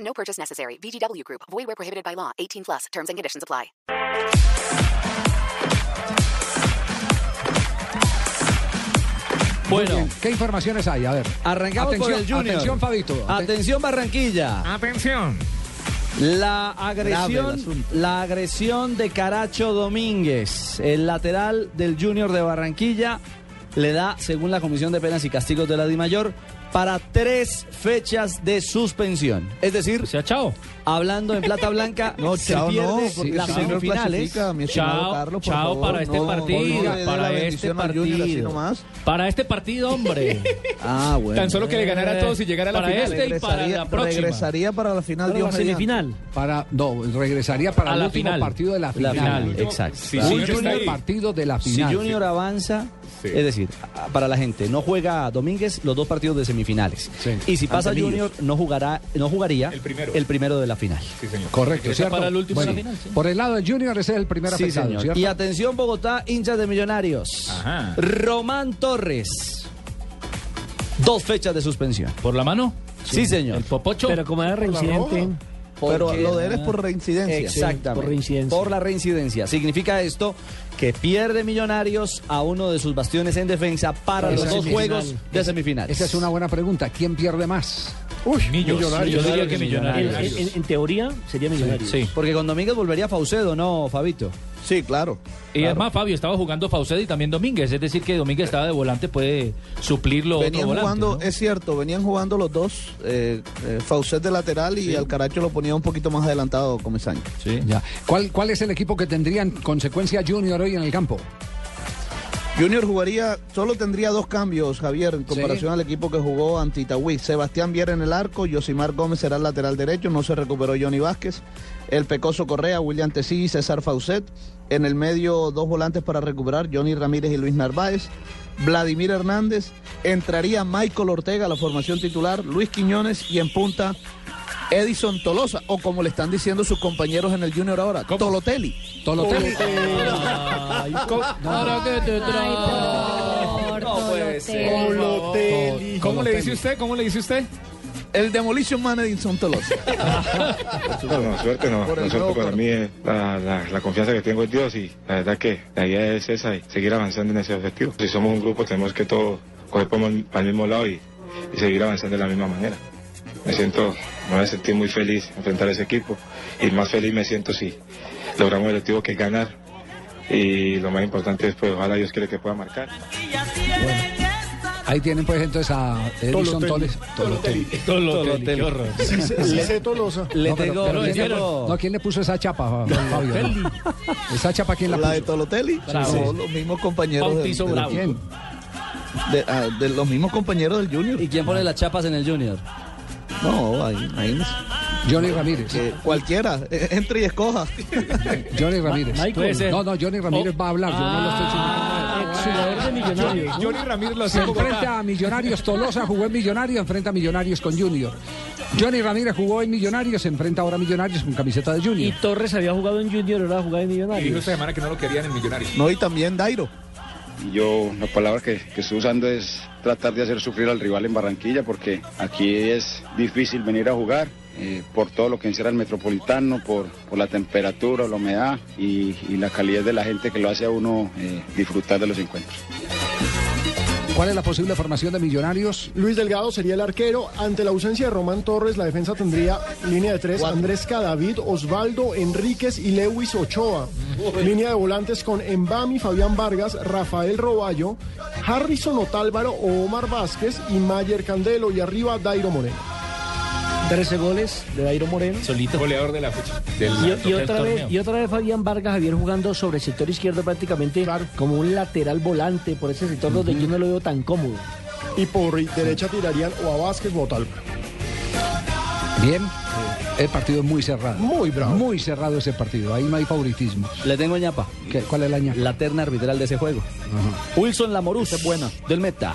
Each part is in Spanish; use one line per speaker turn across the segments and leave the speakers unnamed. No purchase necessary. VGW Group. Void where prohibited by law. 18 plus. Terms and conditions apply.
Bueno,
¿Qué informaciones hay? A ver.
arrancamos
atención,
por el Junior.
Atención, Fabito.
Atención, Barranquilla.
Atención.
La
Grave el
agresión,
asunto.
la agresión de Caracho Domínguez, el lateral del Junior de Barranquilla, le da, según la Comisión de Penas y Castigos de la DIMAYOR, para tres fechas de suspensión. Es decir,
sea, chao.
hablando en plata blanca, se pierde las
si no
semifinales.
clasifica, mi estimado
Chao,
Carlos, por
chao
favor,
para este
no-
partido,
no le dé
para
la
este
bendición al Junior así
partido.
nomás.
Para este partido, hombre.
Ah, bueno.
Tan solo que le ganara a todos y llegara a la
Para
final.
este y para la próxima.
regresaría para la final
Para
Dios
la semifinal.
Para, no, regresaría para
A
el
la
último
final.
partido de la
La
final.
final,
El
exacto.
Sí,
Claro.
sí,
último
está ahí.
partido de la
Si
final.
Junior avanza,
Sí.
es decir, a- para la gente, no juega Domínguez los dos partidos de semifinales.
Sí.
Y si pasa
Ante
Junior, no jugará, no jugaría
El primero.
de la final.
Sí, señor.
Correcto, ¿cierto?
para el último de la
Bueno,
final, sí.
Por el lado del Junior ese es el primer
Sí,
afectado,
señor.
¿cierto?
Y atención, Bogotá, hinchas de Millonarios.
Ajá.
Román Torres. Dos fechas de suspensión.
¿Por la mano?
Sí, señor.
El popocho.
Pero como era reincidente,
Pero lo de él es por
Ah.
reincidencia.
Eh.
Exactamente.
por reincidencia.
Por la reincidencia. Significa esto que pierde Millonarios a uno de sus bastiones en defensa para
Esa
los dos
semifinal.
juegos de semifinales.
Esa es una buena pregunta. ¿Quién pierde más?
Uy, millonarios. Yo diría que
en,
millonarios.
en- en teoría sería millonario.
Sí.
Porque con Domínguez volvería Faucedo, ¿no, Fabito?
Sí, claro.
Y además, Fabio, estaba jugando Fauced y también Domínguez. Es decir, que Domínguez estaba de volante, puede suplirlo otro
Venían
volante,
jugando,
¿no?
es cierto, venían jugando los dos, eh, eh, Faucet de lateral y al Caracho lo ponía un poquito más adelantado Comesaña.
Sí.
Ya. ¿Cuál, ¿Cuál es el equipo que tendría en consecuencia Junior hoy en el campo?
Junior jugaría, solo tendría dos cambios, Javier, en comparación al equipo que jugó ante Itagüí. Sebastián Viera en el arco, Yosimar Gómez será el lateral derecho, no se recuperó Johnny Vázquez. El Pecoso Correa, William Tesí y César Faucet. En el medio, dos volantes para recuperar, Johnny Ramírez y Luis Narváez. Vladimir Hernández, entraría Michael Ortega a la formación titular, Luis Quiñones y en punta Edison Tolosa, o como le están diciendo sus compañeros en el Junior ahora, Tolotelli.
Tolotelli.
Ahora que te
No puede ser.
Tolotelli.
Tolotelli.
¿Cómo le dice usted? ¿Cómo le dice usted?
El Demolition Man Edison Tolosa.
No, no, suerte no.
Por el
La suerte
nuevo
para
corte.
mí es la, la- la confianza que tengo en Dios y la verdad que la idea es esa y seguir avanzando en ese objetivo. Si somos un grupo tenemos que todos coger por el- para el mismo lado y, y seguir avanzando de la misma manera. Me siento, me voy a sentir muy feliz enfrentar a ese equipo y más feliz me siento si logramos el objetivo que es ganar y lo más importante es pues ojalá Dios quiere que pueda marcar.
Ahí tienen pues entonces a Edison Toles. Tolotelli.
Tolotelli. Qué horror.
Le
No, pero-
tengo,
pero
le
¿quién le-
tengo-
no, ¿quién le puso esa chapa, Fabio? ¿Esa chapa quién la
La,
puso?
de Tolotelli,
Bravo.
no, los mismos compañeros del,
Bautizo
del-
Bravo.
¿Quién?
de- ah, de los mismos compañeros del Junior.
¿Y quién pone las chapas en el Junior?
No, ahí, ahí no sé.
Johnny Ramírez.
Eh, cualquiera, eh, entre y escoja.
Johnny Ramírez.
Michael.
Puede ser.
No, no, Johnny Ramírez
Oh.
va a hablar, yo no lo estoy
Ah,
Ex jugador de millonarios. ¿no?
Johnny Ramírez lo
Se
hacía en Bogotá.
enfrenta a Millonarios Tolosa, jugó en Millonarios, enfrenta a Millonarios con Junior. Johnny Ramírez jugó en Millonarios, se enfrenta ahora a Millonarios con camiseta de
Y
Junior.
Torres había jugado en Junior, ahora jugaba en
Y dijo
Millonarios.
esta semana que no lo querían en Millonarios.
No, y también Dairo.
Yo la palabra que, que estoy usando es tratar de hacer sufrir al rival en Barranquilla porque aquí es difícil venir a jugar eh, por todo lo que encierra el metropolitano, por, por la temperatura, la humedad y, y la calidez de la gente que lo hace a uno eh, disfrutar de los encuentros.
¿Cuál es la posible formación de Millonarios?
Luis Delgado sería el arquero. Ante la ausencia de Román Torres, la defensa tendría línea de tres: Andrés Cadavid, Osvaldo eh, Enríquez y Lewis Ochoa. Línea de volantes con Embami, Fabián Vargas, Rafael Roballo, Harrison Otálvaro o Omar Vázquez y Mayer Candelo. Y arriba, Dairo Moreno.
13 goles de Dairo Moreno.
Solito.
Goleador de la fecha. del-
Y- Y,
del
otra
torneo.
vez, y otra vez Fabián Vargas, Javier jugando sobre el sector izquierdo prácticamente como un lateral volante por ese sector donde yo no lo veo tan cómodo.
Y por derecha tirarían o a Vázquez o a Otálvaro.
Bien. El partido es muy cerrado. Muy bravo. Muy cerrado ese partido. Ahí no hay favoritismo.
Le tengo ñapa.
¿Cuál es la ñapa?
La terna arbitral de ese juego. Wilson Lamoruz. buena. Del Meta.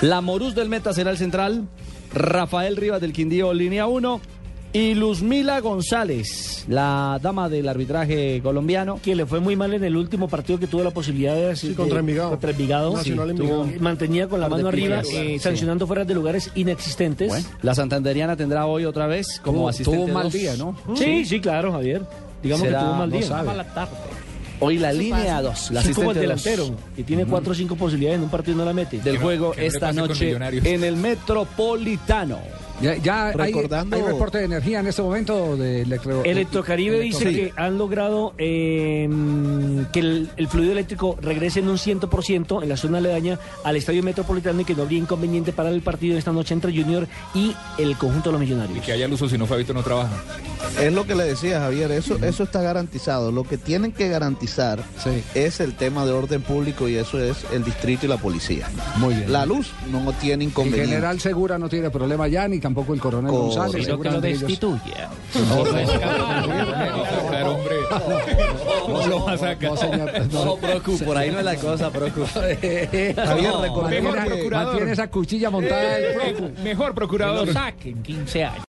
Lamoruz del Meta será el central. Rafael Rivas del Quindío, línea 1. Y Luzmila González, la dama del arbitraje colombiano.
Que le fue muy mal en el último partido que tuvo la posibilidad de hacer.
Sí, contra
de-
Envigado.
Contra Envigado.
Nacional
Sí,
Envigado.
tuvo- Mantenía con la
Par de
mano arriba,
piques.
eh,
Sí.
sancionando fueras de lugares inexistentes.
Bueno, la santanderiana tendrá hoy otra vez como
Tuvo-
asistente.
tuvo un mal
dos.
día, ¿no? Sí, sí, claro, Javier. Digamos que
Será-
tuvo un mal
no
día.
sabe.
Mala tarde.
Hoy la línea 2. La
Sí, como
asistente
el
dos.
delantero, que tiene
Ujú.
cuatro o cinco posibilidades en un partido y no la mete.
Del juego esta noche en el Metropolitano.
Ya, ya hay,
Recordando-
hay reporte de energía en este momento de electro...
Electrocaribe dice
Sí.
que han logrado eh, que el, el fluido eléctrico regrese en un 100% en la zona aledaña al estadio metropolitano y que no habría inconveniente para el partido esta noche entre Junior y el conjunto de los
Y
Millonarios.
que haya luz o si no, Fabito no trabaja.
Es lo que le decía Javier, eso, eso está garantizado. Lo que tienen que garantizar es el tema de orden público y eso es el distrito y la policía.
Muy bien.
La luz no tiene
El
inconveniente.
general Segura no tiene problema ya, ni tampoco el coronel
Correcto.
González.
Sino que lo
seguramente ellos-
Claro, hombre.
No,
lo vas a sacar.
No, Procu, por ahí no es la cosa, Procu.
Javier, Eh,
No.
Mantiene esa cuchilla montada. el
Mejor procurador.
Que lo
saquen 15 años.